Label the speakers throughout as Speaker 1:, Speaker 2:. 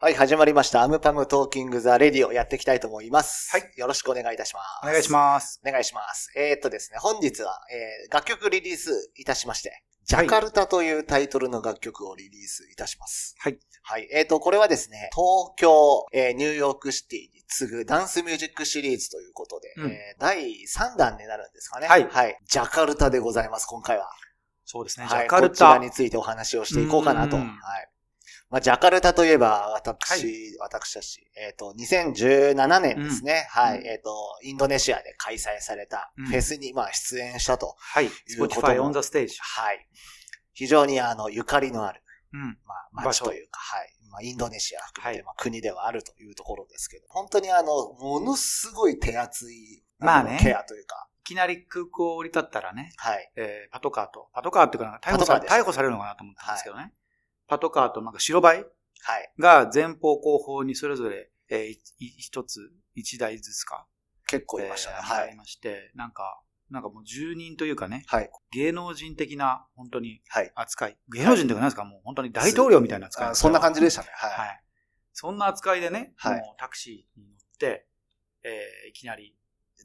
Speaker 1: はい、始まりました。アムパムトーキングザレディをやっていきたいと思います。
Speaker 2: はい。
Speaker 1: よろしくお願いいたします。
Speaker 2: お願いします。
Speaker 1: す。お願いします。えーっとですね、本日は、えー楽曲リリースいたしまして、ジ
Speaker 2: はい
Speaker 1: ャカルタというタイトルの楽曲をリリースいたします。
Speaker 2: はい。
Speaker 1: はい。えーっと、これはですね、東京、えーニューヨークシティに次ぐダンスミュージックシリーズということで、
Speaker 2: うん
Speaker 1: えー第3弾になるんですかね。
Speaker 2: はい
Speaker 1: はい。ジャカルタでございます、今回は。
Speaker 2: そうですね、ジ
Speaker 1: はい、
Speaker 2: ャカル
Speaker 1: こちら
Speaker 2: タ。
Speaker 1: についてお話をしていこうかなと。
Speaker 2: う
Speaker 1: はい
Speaker 2: ん。
Speaker 1: まあ、ジャカルタといえば、私、
Speaker 2: は
Speaker 1: 私たち、えっ、と、2017年ですね。
Speaker 2: ん
Speaker 1: はい。
Speaker 2: うん
Speaker 1: えっ、と、インドネシアで開催された
Speaker 2: うん
Speaker 1: フェスに、まあ、出演したと。
Speaker 2: はい、
Speaker 1: いうことも
Speaker 2: Spotify on the stage。
Speaker 1: はい。非常に、あの、ゆかりのある、
Speaker 2: うん。
Speaker 1: まあ、
Speaker 2: 場
Speaker 1: 町
Speaker 2: 所
Speaker 1: というか、はい。まあ、インドネシア含めて、
Speaker 2: はい
Speaker 1: まあ、国ではあるというところですけど、本当にあの、ものすごい手厚い、
Speaker 2: まあね
Speaker 1: ケアというか、
Speaker 2: いきなり空港を降り立ったらね、
Speaker 1: はい。
Speaker 2: えーパトカーと、パトカーっていうか、逮
Speaker 1: パト
Speaker 2: 捕
Speaker 1: カー
Speaker 2: さ
Speaker 1: です
Speaker 2: 逮捕されるのかなと思ったんですけどね。パトカーとなんか白バ
Speaker 1: は
Speaker 2: イ
Speaker 1: い。
Speaker 2: が前方後方にそれぞれ、えーいい一つ、一台ずつか。
Speaker 1: 結構いましたね。
Speaker 2: えー
Speaker 1: は
Speaker 2: あり
Speaker 1: い。
Speaker 2: まして、なんか、なんかもう住人というかね、
Speaker 1: はい。
Speaker 2: 芸能人的な、本当に
Speaker 1: はい。
Speaker 2: 扱い。芸能人というか何ですか、もう本当に大統領みたいな扱い
Speaker 1: あそんな感
Speaker 2: じ
Speaker 1: じでしたね。はい
Speaker 2: はい。そんな扱いでね、
Speaker 1: はい
Speaker 2: もうタクシーに乗って、えーいきなり、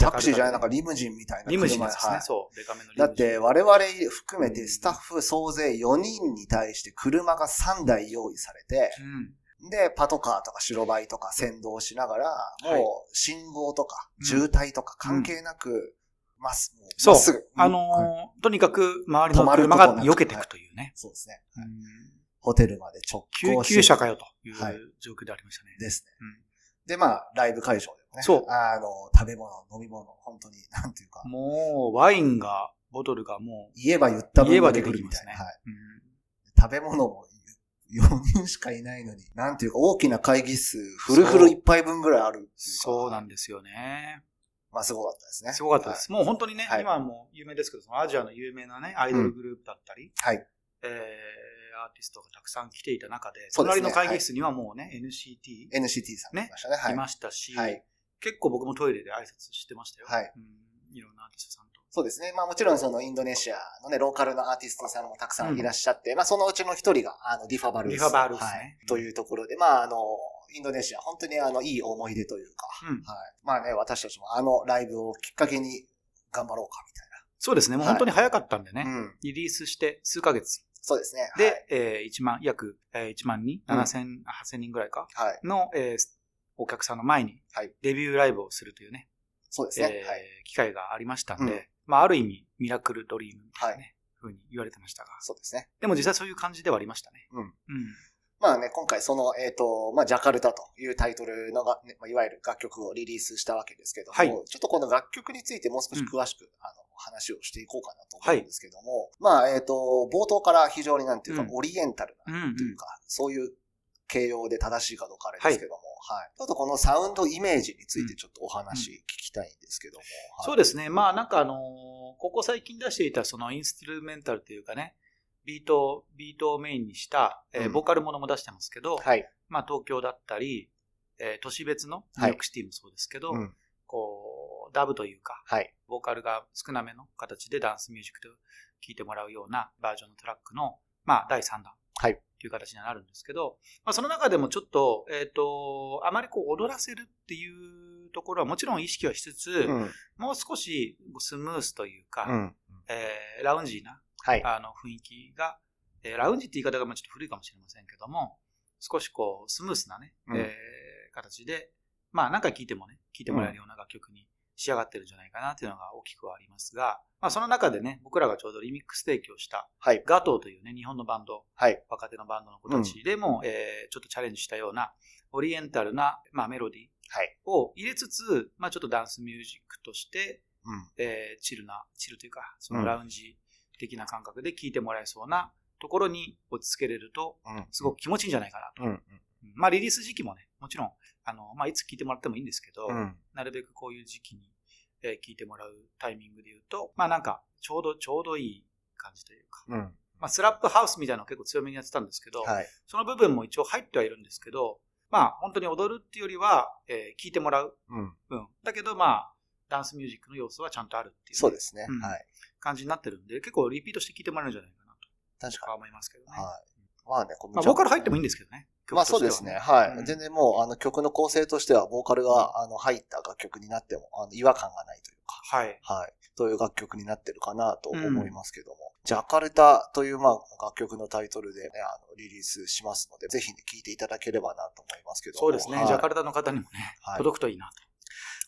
Speaker 1: タクシーじゃない、なんかリムジンみたいな車。
Speaker 2: リムジンですね。
Speaker 1: はい
Speaker 2: そう、デカめのリムジン。
Speaker 1: だって、我々含めてスタッフ総勢4人に対して車が3台用意されて、
Speaker 2: うん。
Speaker 1: で、パトカーとか白バイとか先導しながら、
Speaker 2: はい
Speaker 1: もう信号とか
Speaker 2: うん
Speaker 1: 渋滞とか関係なく、まっすぐ、
Speaker 2: そう
Speaker 1: まっすぐ。
Speaker 2: あのー
Speaker 1: うんはい
Speaker 2: とにかく周りの
Speaker 1: 止まるとこ
Speaker 2: 車
Speaker 1: なく
Speaker 2: が避けていくというね。
Speaker 1: そうですね。
Speaker 2: うん
Speaker 1: ホテルまで直
Speaker 2: 救
Speaker 1: 行して。
Speaker 2: 急車かよという
Speaker 1: はい
Speaker 2: 状況でありましたね。
Speaker 1: ですね
Speaker 2: うん。
Speaker 1: で、まあ、ライブ会場でもね。
Speaker 2: そう
Speaker 1: あの、食べ物、飲み物、本当に、なんていうか、
Speaker 2: もう、ワインが、ボトルがもう、
Speaker 1: 言えば言った分
Speaker 2: 言え
Speaker 1: が
Speaker 2: ば
Speaker 1: 出
Speaker 2: 出
Speaker 1: て
Speaker 2: て
Speaker 1: くる
Speaker 2: き
Speaker 1: み
Speaker 2: ま
Speaker 1: た
Speaker 2: す
Speaker 1: い
Speaker 2: ね
Speaker 1: な。はい。
Speaker 2: うん
Speaker 1: 食べ物も4人しかいないのに、なんていうか大きな会議室、フルフル一杯分ぐらいあるっていうか。
Speaker 2: そうなんですよね。
Speaker 1: まあすごかったですね。
Speaker 2: すごかったです。もう本当にね、
Speaker 1: はい
Speaker 2: 今はもう有名ですけど、そのアジアの有名なね、アイドルグループだったり、
Speaker 1: はい。はい。
Speaker 2: えーアーティストがたくさん来ていた中で、
Speaker 1: そうですね
Speaker 2: 隣の会議室にはもうね、NCT
Speaker 1: NCT さんがいましたね。はいい。
Speaker 2: ましたし、
Speaker 1: はい。
Speaker 2: 結構僕もトイレで挨拶してましたよ。
Speaker 1: はい
Speaker 2: うん、いろんなアーティストさんと。
Speaker 1: そうですね。まあもちろんそのインドネシアのね、ローカルのアーティストさんもたくさんいらっしゃって、まあそのうちの一人が、あの、ディファバルス。
Speaker 2: リファバルスね
Speaker 1: はい。というところで、まああの、インドネシア、本当にあの、いい思い出というか、
Speaker 2: う
Speaker 1: は
Speaker 2: ん
Speaker 1: い。まあね、私たちもあのライブをきっかけに頑張ろうか、
Speaker 2: そうですね、もう
Speaker 1: はい
Speaker 2: 本当に早かったんでね、
Speaker 1: みたいな。うん。
Speaker 2: リリースして数ヶ月
Speaker 1: そうですね。
Speaker 2: で、え1万、約、え1万人、
Speaker 1: うん
Speaker 2: 7000、8000人ぐらいか、
Speaker 1: はい。はい。
Speaker 2: の、えーお客さんの前に
Speaker 1: はい、
Speaker 2: デビューライブをするというね、
Speaker 1: そうです
Speaker 2: え
Speaker 1: ね。
Speaker 2: ー
Speaker 1: はい。
Speaker 2: 機会がありましたんで、
Speaker 1: うん
Speaker 2: まあ、ある意味、ミラクルドリームみたいなね、風に言われてましたが、
Speaker 1: そうですね。
Speaker 2: でも実際そういう感じではありましたね。
Speaker 1: うん
Speaker 2: うん
Speaker 1: まあね、今回その、えっ、と、まあ、ジャカルタというタイトルのが、ねまあいわゆる楽曲をリリースしたわけですけども、
Speaker 2: はい
Speaker 1: ちょっとこの楽曲についてもう少し詳しく、あの、話をしていこうかなと
Speaker 2: は
Speaker 1: 思うん
Speaker 2: い
Speaker 1: ですけども、まあ、えっ、と、冒頭から非常になんていうか、
Speaker 2: うん
Speaker 1: オリエンタル
Speaker 2: うん
Speaker 1: な
Speaker 2: うん
Speaker 1: というか、そういう形容で正しいかどうかあれですけども、はい、ちょっとこのサウンドイメージについてちょっとお話聞きたいんですけども、
Speaker 2: そう
Speaker 1: で
Speaker 2: ですね。まあなんかあのーここ最近出していたそのインストゥルメンタルというかね、ビートを、ビートをメインにした、えー
Speaker 1: うん
Speaker 2: ボーカルものも出してますけど、
Speaker 1: はい。
Speaker 2: まあ東京だったり、えー都市別のニューヨークシティもそうですけど、
Speaker 1: うん
Speaker 2: こう、ダブというか、
Speaker 1: はい。
Speaker 2: ボーカルが少なめの形でダンスミュージックで聴いてもらうようなバージョンのトラックの、まあ第3弾。
Speaker 1: はい
Speaker 2: という形にはなるんですけど、まあその中でもちょっと、えっ、と、あまりこう踊らせるっていうところはもちろん意識はしつつ、
Speaker 1: うん。
Speaker 2: もう少しスムースというか、
Speaker 1: うん。
Speaker 2: えーラウンジーな
Speaker 1: はい。
Speaker 2: あの雰囲気が、えーラウンジって言い方がまあちょっと古いかもしれませんけども、少しこうスムースなね、
Speaker 1: うん
Speaker 2: えー形で、まあ何回聴いてもね、聴いてもらえるような楽曲に仕上がってるんじゃないかなというのが大きくはありますが、まあその中でね、僕らがちょうどリミックス提供した
Speaker 1: はい。
Speaker 2: ガトーというね、日本のバンド、
Speaker 1: はい
Speaker 2: 若手のバンドの子たちでも、えーちょっとチャレンジしたような、オリエンタルな、まあ、メロディ
Speaker 1: はい。
Speaker 2: ーを入れつつ、まあちょっとダンスミュージックとして、
Speaker 1: うん。
Speaker 2: えーチルな、チルというか、そうの
Speaker 1: ん
Speaker 2: ラウンジ的な感覚で聴いてもらえそうなところに落ち着けれると、
Speaker 1: うん。
Speaker 2: すごく気持ちいいんじゃないかなと。
Speaker 1: うん。うん。
Speaker 2: うんまあ、リリース時期もね、もちろん、あの、まあ、いつ聴いてもらってもいいんですけど、
Speaker 1: うん。
Speaker 2: なるべくこういう時期に、えー聴いてもらうタイミングで言うと、まあ、なんか、ちょうど、ちょうどいい感じというか、
Speaker 1: うん。
Speaker 2: まあ、スラップハウスみたいなのを結構強めにやってたんですけど、
Speaker 1: はい。
Speaker 2: その部分も一応入ってはいるんですけど、まあ、本当に踊るっていうよりは、えー聴いてもらう。
Speaker 1: うん。
Speaker 2: うん。だけど、まあ、ダンスミュージックの要素はちゃんとあるっていうね、
Speaker 1: そうですね。
Speaker 2: うん
Speaker 1: はい。
Speaker 2: 感じになってるんで、結構リピートして聞いてもらえるんじゃないかなと。
Speaker 1: 確
Speaker 2: と
Speaker 1: か
Speaker 2: は思いますけどね
Speaker 1: に。。はい。まあね、こう
Speaker 2: まあ、ボーカル入ってもいいんですけどね。
Speaker 1: まあそうですね。はい。
Speaker 2: うん
Speaker 1: 全然もう、あの、曲の構成としては、ボーカルが、あの、入った楽曲になっても、あの、違和感がないというか、
Speaker 2: はい。
Speaker 1: はい。という楽曲になってるかなと
Speaker 2: うん
Speaker 1: 思いますけども、ジャカルタという、まあ、楽曲のタイトルでね、あの、リリースしますので、ぜひね、聴いていただければなと思いますけども。
Speaker 2: そうですね。
Speaker 1: はい
Speaker 2: ジャカルタの方にもね、
Speaker 1: はい
Speaker 2: 届くといいな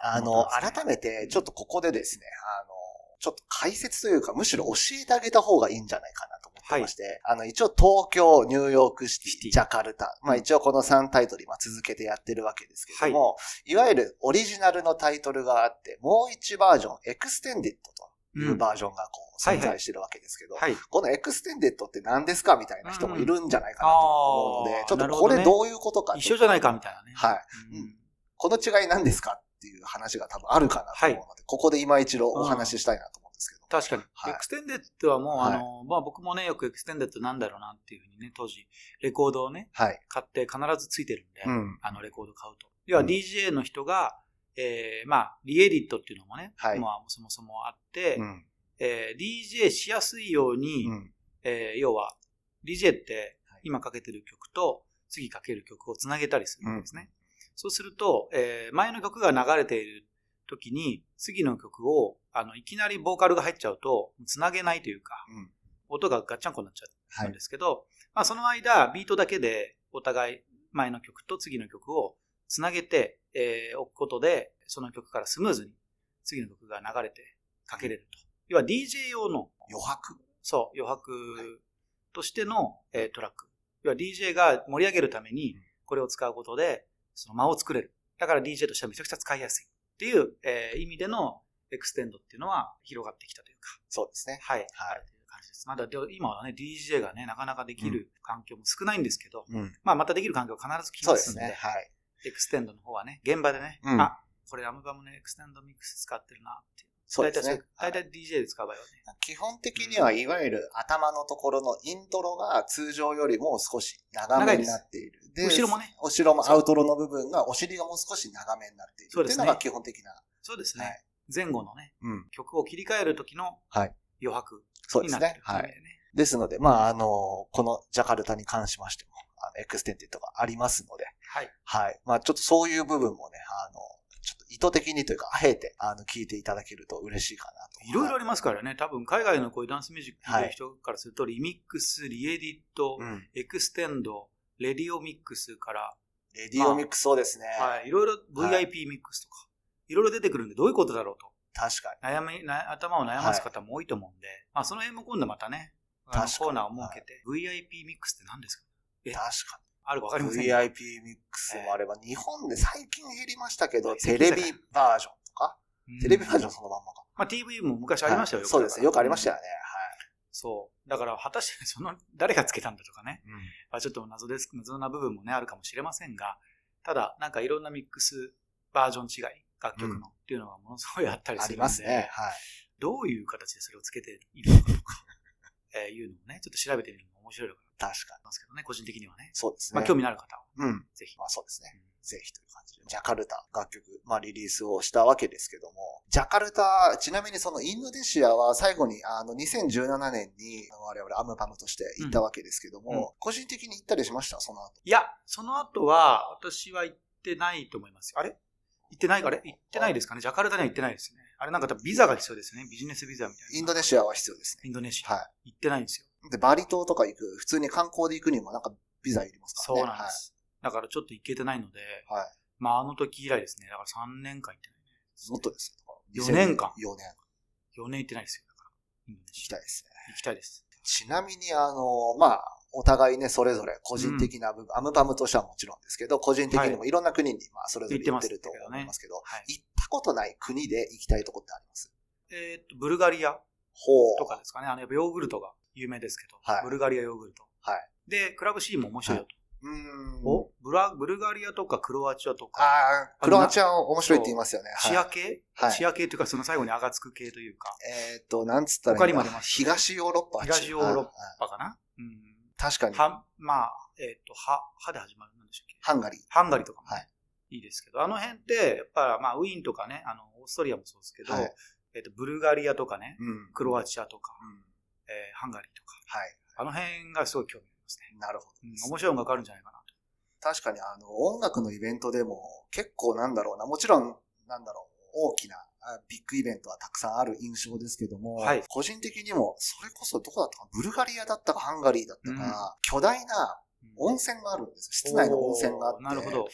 Speaker 1: あ
Speaker 2: 思
Speaker 1: の、
Speaker 2: ってますね
Speaker 1: 改めて、ちょっとここでですね、あの、ちょっと解説というか、むしろ教えてあげた方がいいんじゃないかなと思ってまして、あの、一応東京、ニューヨークシ
Speaker 2: シ
Speaker 1: テ
Speaker 2: ティ
Speaker 1: ィ、ジャカルタ、まあ一応この3タイトル今続けてやってるわけですけども、い、わゆるオリジナルのタイトルがあって、もう一バージョン、エクステンデッド
Speaker 2: と。
Speaker 1: というバージョンがこう
Speaker 2: は
Speaker 1: 存
Speaker 2: いはい
Speaker 1: 在してるわけですけど、
Speaker 2: はい。
Speaker 1: このエクステンデッドって何ですかみたいな人もいるんじゃないかなと思うので、
Speaker 2: うんうんあー
Speaker 1: ちょっ
Speaker 2: な
Speaker 1: と
Speaker 2: るほ
Speaker 1: こ
Speaker 2: どね
Speaker 1: れどういうことか、
Speaker 2: 一緒じゃないかみたいなね。
Speaker 1: はい。
Speaker 2: うん
Speaker 1: うんこの違い何ですかっていう話が多分あるかなと思うので、
Speaker 2: は
Speaker 1: ここで今一度お話ししたいなと思うんですけど。
Speaker 2: 確かに、
Speaker 1: はい
Speaker 2: エクステンデッドはもう、
Speaker 1: はい
Speaker 2: あの、まあ僕もね、よくエクステンデッドなんだろうなっていうふうにね、当時、レコードをね、
Speaker 1: はい。
Speaker 2: 買って必ずついてるんで、
Speaker 1: うん。
Speaker 2: あのレコード買うと。要は
Speaker 1: うん
Speaker 2: DJ の人が、えーまあ、リエディットっていうのもね、
Speaker 1: はい
Speaker 2: まあそもそもあって、
Speaker 1: うん。
Speaker 2: えー DJ しやすいように、
Speaker 1: うん。
Speaker 2: えー要は、DJ って
Speaker 1: はい
Speaker 2: 今かけてる曲と次かける曲をつなげたりするんですね。そうすると、えー前の曲が流れている時に次の曲をあのいきなりボーカルが入っちゃうとつなげないというか、
Speaker 1: うん
Speaker 2: 音がガッチャンコになっちゃ
Speaker 1: は
Speaker 2: うん
Speaker 1: い。
Speaker 2: ですけど、まあ、その間ビートだけでお互い前の曲と次の曲をつなげてえーおくことでその曲からスムーズに次の曲が流れてかけれると。要は DJ 用の
Speaker 1: 余白
Speaker 2: そう、余白としての、えートラック。要は DJ が盛り上げるために
Speaker 1: うん、
Speaker 2: これを使うことで、その間を作れる。だから DJ としてはめちゃくちゃ使いやすい。っていう、えー意味でのエクステンドっていうのは広がってきたというか、
Speaker 1: そうですね。
Speaker 2: はい、
Speaker 1: はい
Speaker 2: あるという感じです。まだで今はね、DJ がね、なかなかできる環境も少ないんですけど、
Speaker 1: うん。
Speaker 2: まあまたできる環境必ず来
Speaker 1: そう
Speaker 2: ま
Speaker 1: ですす
Speaker 2: んで、
Speaker 1: ね。はい。
Speaker 2: エクステンドの方はね、現場でね、
Speaker 1: うん
Speaker 2: あ、これアムバムのエクステンドミックス使ってるなっていう。
Speaker 1: そうです
Speaker 2: 大
Speaker 1: ね
Speaker 2: 体。大体 DJ で使う場合はね、
Speaker 1: 基本的にはいわゆる頭のところのイントロが通常よりも少し長めになっている。で
Speaker 2: 後ろもね。
Speaker 1: 後ろもアウトロの部分がお尻がもう少し長めになっている。
Speaker 2: そうです
Speaker 1: ってい
Speaker 2: ね
Speaker 1: うのが基本的な。
Speaker 2: そうですね、
Speaker 1: はい
Speaker 2: 前後のね、
Speaker 1: うん。
Speaker 2: 曲を切り替える時の
Speaker 1: はい
Speaker 2: 余白
Speaker 1: そうで
Speaker 2: にな
Speaker 1: す
Speaker 2: ってる
Speaker 1: ね
Speaker 2: ん。だ
Speaker 1: は
Speaker 2: よ
Speaker 1: い
Speaker 2: ね。。
Speaker 1: ですので、まあ、あの、このジャカルタに関しましても、あのエクステンテッドがありますので、
Speaker 2: はい。
Speaker 1: はい。まあ、ちょっとそういう部分もね、あの、ちょっと意図的にというか、あえて、あの、聞いていただけると嬉しいかなと。
Speaker 2: いろいろあ
Speaker 1: り
Speaker 2: りますからね。多分、海外のこういうダンスミュージックの人からすると、リミックス、リエディット、
Speaker 1: うん。
Speaker 2: エクステンド、レディオミックスから、
Speaker 1: レディオミックスそうですね。
Speaker 2: はい、いろいろ
Speaker 1: はい
Speaker 2: VIP ミックスとか、いろいろ出てくるんで、どういうことだろうと。
Speaker 1: 確か
Speaker 2: 悩み、な頭を悩ます方も多いと思うんで、まあ、その辺も今度またね、あの
Speaker 1: 確か
Speaker 2: コー
Speaker 1: に
Speaker 2: ナーを設けて、VIP ミックスって何ですかえ
Speaker 1: に。確か
Speaker 2: あるかわかり
Speaker 1: に。
Speaker 2: ませんけど
Speaker 1: VIP ミックスもあれば、日本で最近減りましたけど、
Speaker 2: 最近
Speaker 1: テ
Speaker 2: 減っ
Speaker 1: レ
Speaker 2: たか
Speaker 1: ビバージョンとか、
Speaker 2: うん
Speaker 1: テレビバージョンそのまんまか。
Speaker 2: まあ、TV も昔ありました
Speaker 1: は
Speaker 2: よ、
Speaker 1: い
Speaker 2: よく
Speaker 1: そうですね。よくありました
Speaker 2: よ。
Speaker 1: よね。
Speaker 2: そう。だから、果たして、 その、誰がつけたんだとかね。
Speaker 1: はい。
Speaker 2: まあ、ちょっと謎です、謎な部分もね、あるかもしれませんが、ただ、なんかいろんなミックスバージョン違い、楽曲の、
Speaker 1: うん
Speaker 2: っていうのがものすごいあったり
Speaker 1: あ
Speaker 2: す
Speaker 1: り
Speaker 2: るんで、
Speaker 1: ますね。はい。
Speaker 2: どういう形でそれをつけているのかとか、 えーいうのをね、ちょっと調べてみるのも面白いのかなと
Speaker 1: 確かに。
Speaker 2: 思いますけどね、個人的にはね。
Speaker 1: そうですね。
Speaker 2: まあ、興味のある方は、
Speaker 1: うん。
Speaker 2: ぜひ。
Speaker 1: まあそうですね。ぜひという感じで。ジャカルタ楽曲、まあリリースをしたわけですけども、ジャカルタ、ちなみにそのインドネシアは最後にあの2017年に我々アムパムとして行ったわけですけども、
Speaker 2: うんうん
Speaker 1: 個人的に行ったりしましたその後。
Speaker 2: いや、その後は、私は行ってないと思いますよあれ行ってないあれ行ってないですかねジャカルタには行ってないですね。あれなんか多分ビザが必要ですよね。ビジネスビザみたいな。
Speaker 1: インドネシアは必要ですね。
Speaker 2: インドネシア。
Speaker 1: は
Speaker 2: 行ってないんですよ。
Speaker 1: い。で、バリ島とか行く、普通に観光で行くにもなんかビザいりますか
Speaker 2: そう
Speaker 1: らね。
Speaker 2: なんです。だからちょっと行けてないので、
Speaker 1: はい
Speaker 2: まああの時以来ですね。だから3年間行ってないね。
Speaker 1: はい。もっとですよ。
Speaker 2: 4年間
Speaker 1: 4年。
Speaker 2: 4年行ってないですよ。だから。インドネ
Speaker 1: 行き
Speaker 2: シア
Speaker 1: たいですね。
Speaker 2: 行きたいです。
Speaker 1: ちなみに、あの、まあ、お互いね、それぞれ個人的な部分、アムパムとしてはもちろんですけど、個人的にもいろんな国に、まあ、それぞれ行ってると思いますけど、
Speaker 2: はい。
Speaker 1: 行ったことない国で行きたいとこってあります
Speaker 2: えーっと、ブルガリア
Speaker 1: ほう。
Speaker 2: とかですかね。あの、やっぱヨーグルトが有名ですけど、
Speaker 1: はい
Speaker 2: ブルガリアヨーグルト。
Speaker 1: はい
Speaker 2: で、クラブシーンも面白いよと。
Speaker 1: うーん。
Speaker 2: おブラブルガリアとかクロアチアとか、
Speaker 1: ああ、クロアチア面白いって言いますよね。
Speaker 2: シ
Speaker 1: は
Speaker 2: ア
Speaker 1: い。
Speaker 2: 系、
Speaker 1: はい
Speaker 2: シア系というか、その最後にあがつく系というか、
Speaker 1: えーっと、なんつったらいいんだ
Speaker 2: 他にもあります
Speaker 1: 東ヨーロッパ。
Speaker 2: 東ヨーロッ
Speaker 1: はいはい
Speaker 2: パかなうん。
Speaker 1: 確かに。
Speaker 2: は、まあ、えーっと、は、はで始まるなんでしたっけ
Speaker 1: ハンガリー。
Speaker 2: ハンガリーとかも、
Speaker 1: はい
Speaker 2: い、いですけど、あの辺って、やっぱ、まあ、ウィーンとかね、あの、オーストリアもそうですけど、
Speaker 1: はい
Speaker 2: えっと、ブルガリアとかね、
Speaker 1: うん
Speaker 2: クロアチアとか、
Speaker 1: うん
Speaker 2: えーハンガリーとか、
Speaker 1: はい。
Speaker 2: あの辺がすごい興味ありますね。
Speaker 1: なるほど。
Speaker 2: うん、面白い音楽あるんじゃないかなと。
Speaker 1: 確かにあの、音楽のイベントでも結構なんだろうな、もちろんなんだろう、大きなあビッグイベントはたくさんある印象ですけども、
Speaker 2: はい
Speaker 1: 個人的にもそれこそどこだったか、ブルガリアだったかハンガリーだったか、巨大な温泉があるんですよ。室内の温泉があって。
Speaker 2: おーなるほど。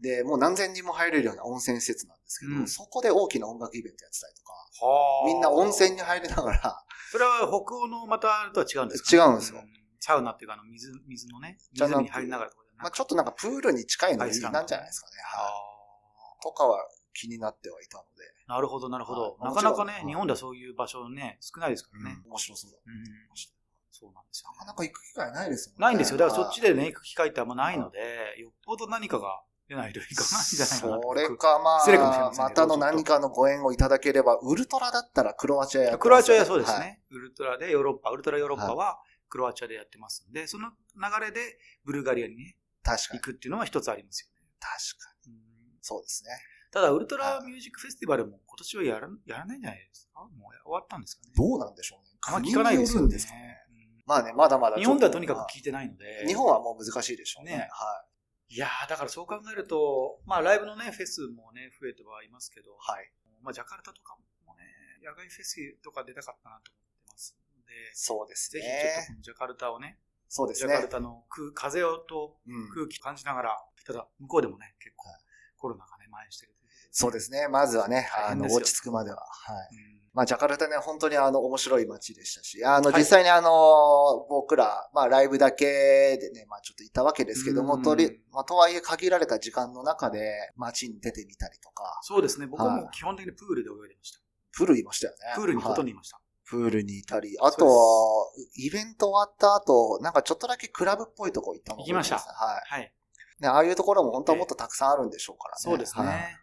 Speaker 1: で、もう何千人も入れるような温泉施設なんですけど、
Speaker 2: うん
Speaker 1: そこで大きな音楽イベントやってたりとか、
Speaker 2: はあ
Speaker 1: みんな温泉に入りながら、
Speaker 2: それは北欧のまたあれとは違うんですか、
Speaker 1: 違うんですよ
Speaker 2: サウナっていうか、あの、水、水のね、
Speaker 1: じゃなく
Speaker 2: 湖に入りながらとかじゃ
Speaker 1: ま
Speaker 2: な
Speaker 1: あ、
Speaker 2: くて。
Speaker 1: ちょっとなんかプールに近いの
Speaker 2: ア
Speaker 1: に
Speaker 2: イスランド
Speaker 1: なんじゃないですかね。
Speaker 2: あ
Speaker 1: はい。とかは気になってはいたの
Speaker 2: ーなるほど、なるほど。
Speaker 1: はい
Speaker 2: なかなか
Speaker 1: もち
Speaker 2: ね
Speaker 1: ろ、ん
Speaker 2: 日本ではそういう場所ね、少ないですか
Speaker 1: で、
Speaker 2: らね。
Speaker 1: 面白そうだ。
Speaker 2: うん。そうなんですよ
Speaker 1: な。かなか行く機会ないですもんね。
Speaker 2: ないんですよ。だからそっち
Speaker 1: で
Speaker 2: でね、行く機会ってあんまないので、よっぽど何かが出ないといかないんじゃないかなと
Speaker 1: それかまあ、
Speaker 2: 失礼かもしれません
Speaker 1: ま
Speaker 2: けど
Speaker 1: たの何かのご縁をいただければ、ウルトラだったらクロアチアやってます
Speaker 2: クロアチアはそうですね、
Speaker 1: はい
Speaker 2: ウルトラでヨーロッパ、ウルトラヨーロッパはクロアチアでやってますんで、その流れでブルガリアにね、
Speaker 1: 確か
Speaker 2: 行
Speaker 1: に。確か
Speaker 2: くっていうのは一つありますよね。うん
Speaker 1: に。そうですね。
Speaker 2: ただ、ウルトラミュージックフェスティバルも今年はやらやらないんじゃないですかもう終わったんですかね。
Speaker 1: どうなんでしょうね。
Speaker 2: あんま聞かないです
Speaker 1: 国によ
Speaker 2: よ
Speaker 1: るん
Speaker 2: ね
Speaker 1: ですかね。まあね、まだまだ
Speaker 2: うん
Speaker 1: ちょっ。
Speaker 2: 日本ではとにかく聞いてないので。
Speaker 1: 日本はもう難しいでしょうね。
Speaker 2: ね
Speaker 1: はい。
Speaker 2: いやー、だからそう考えると、まあライブのね、フェスもね、増えてはいますけど、
Speaker 1: はい。
Speaker 2: まあ、ジャカルタとかもね、野外フェスとか出たかったなと思ってますので、
Speaker 1: そうです
Speaker 2: ぜ
Speaker 1: ね
Speaker 2: ひ。ちょっとこのジャカルタをね、
Speaker 1: そうで
Speaker 2: ジ
Speaker 1: す
Speaker 2: ャカ
Speaker 1: ね
Speaker 2: ル。タの空風をと
Speaker 1: うん。
Speaker 2: 空気感じながら、ただ向こうでもね、結構コロナがね、蔓延してるということで
Speaker 1: そうですね。まずはね、
Speaker 2: 大
Speaker 1: あ
Speaker 2: 変
Speaker 1: の、
Speaker 2: ですよ
Speaker 1: 落ち着くまでは。はい。
Speaker 2: うん
Speaker 1: まあ、ジャカルタね、本当にあの、面白い街でしたし、あの、
Speaker 2: はい
Speaker 1: 実際にあの、僕ら、まあ、ライブだけでね、まあ、ちょっといたわけですけど
Speaker 2: う
Speaker 1: も、
Speaker 2: ん
Speaker 1: とり、まあ、とはいえ限られた時間の中で、街に出てみたりとか、
Speaker 2: そうですね、僕はもう
Speaker 1: は
Speaker 2: 基本的にプールで泳いでました。
Speaker 1: プールいましたよね。
Speaker 2: プールにほとん
Speaker 1: はい
Speaker 2: どいました。
Speaker 1: プールにいたり、あとは、イベント終わった後、なんかちょっとだけクラブっぽいとこ行ったの
Speaker 2: 行きました
Speaker 1: はい。
Speaker 2: はい、
Speaker 1: ね、ああいうところも本当はもっとたくさんあるんでしょうからね。
Speaker 2: そうです
Speaker 1: はい
Speaker 2: ね。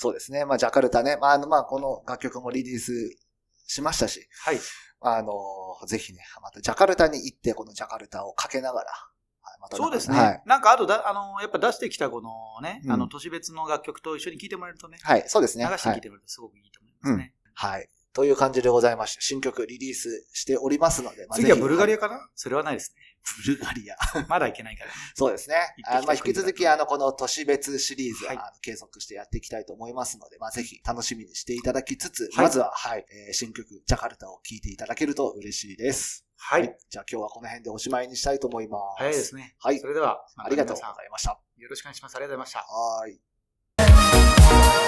Speaker 1: そうですね。まあ、ジャカルタね。まあ、あの、まあ、この楽曲もリリースしましたし、
Speaker 2: はい。
Speaker 1: あのぜひね、またジャカルタに行って、このジャカルタをかけながら、はい、また
Speaker 2: そうです
Speaker 1: はい
Speaker 2: ね。。なんか、あとだ、あの、やっぱ出してきたこのね、
Speaker 1: うん
Speaker 2: あの、都市別の楽曲と一緒に聴いてもらえるとね、
Speaker 1: はい、そうです
Speaker 2: 流
Speaker 1: ね。
Speaker 2: して
Speaker 1: は
Speaker 2: 聴い
Speaker 1: い。
Speaker 2: てもらえるとすごくいいと思いますね。
Speaker 1: はい。という感じでございまして、新曲リリースしておりますので、まあ
Speaker 2: 次はブルガリ
Speaker 1: ア。
Speaker 2: アかなそれはないです
Speaker 1: ブルガリア。
Speaker 2: ね。まだいけないから。
Speaker 1: そうですね。
Speaker 2: 行ってきた
Speaker 1: あまあ、引き続き、あの、この都市別シリーズは、
Speaker 2: はい
Speaker 1: あの継続してやっていきたいと思いますので、まあ、ぜひ楽しみにしていただきつつ、
Speaker 2: はい
Speaker 1: まずは、はい、えー新曲、ジャカルタを聴いていただけると嬉しいです。
Speaker 2: はい。
Speaker 1: じゃあ今日はこの辺でおしまいにしたいと思います。
Speaker 2: 早いですね。
Speaker 1: はい
Speaker 2: そ。れでは、
Speaker 1: ありがとうご
Speaker 2: 皆
Speaker 1: ざ
Speaker 2: さ
Speaker 1: いました。
Speaker 2: んよろしくお願いします。ありがとうございました。
Speaker 1: はー
Speaker 3: 「
Speaker 1: い。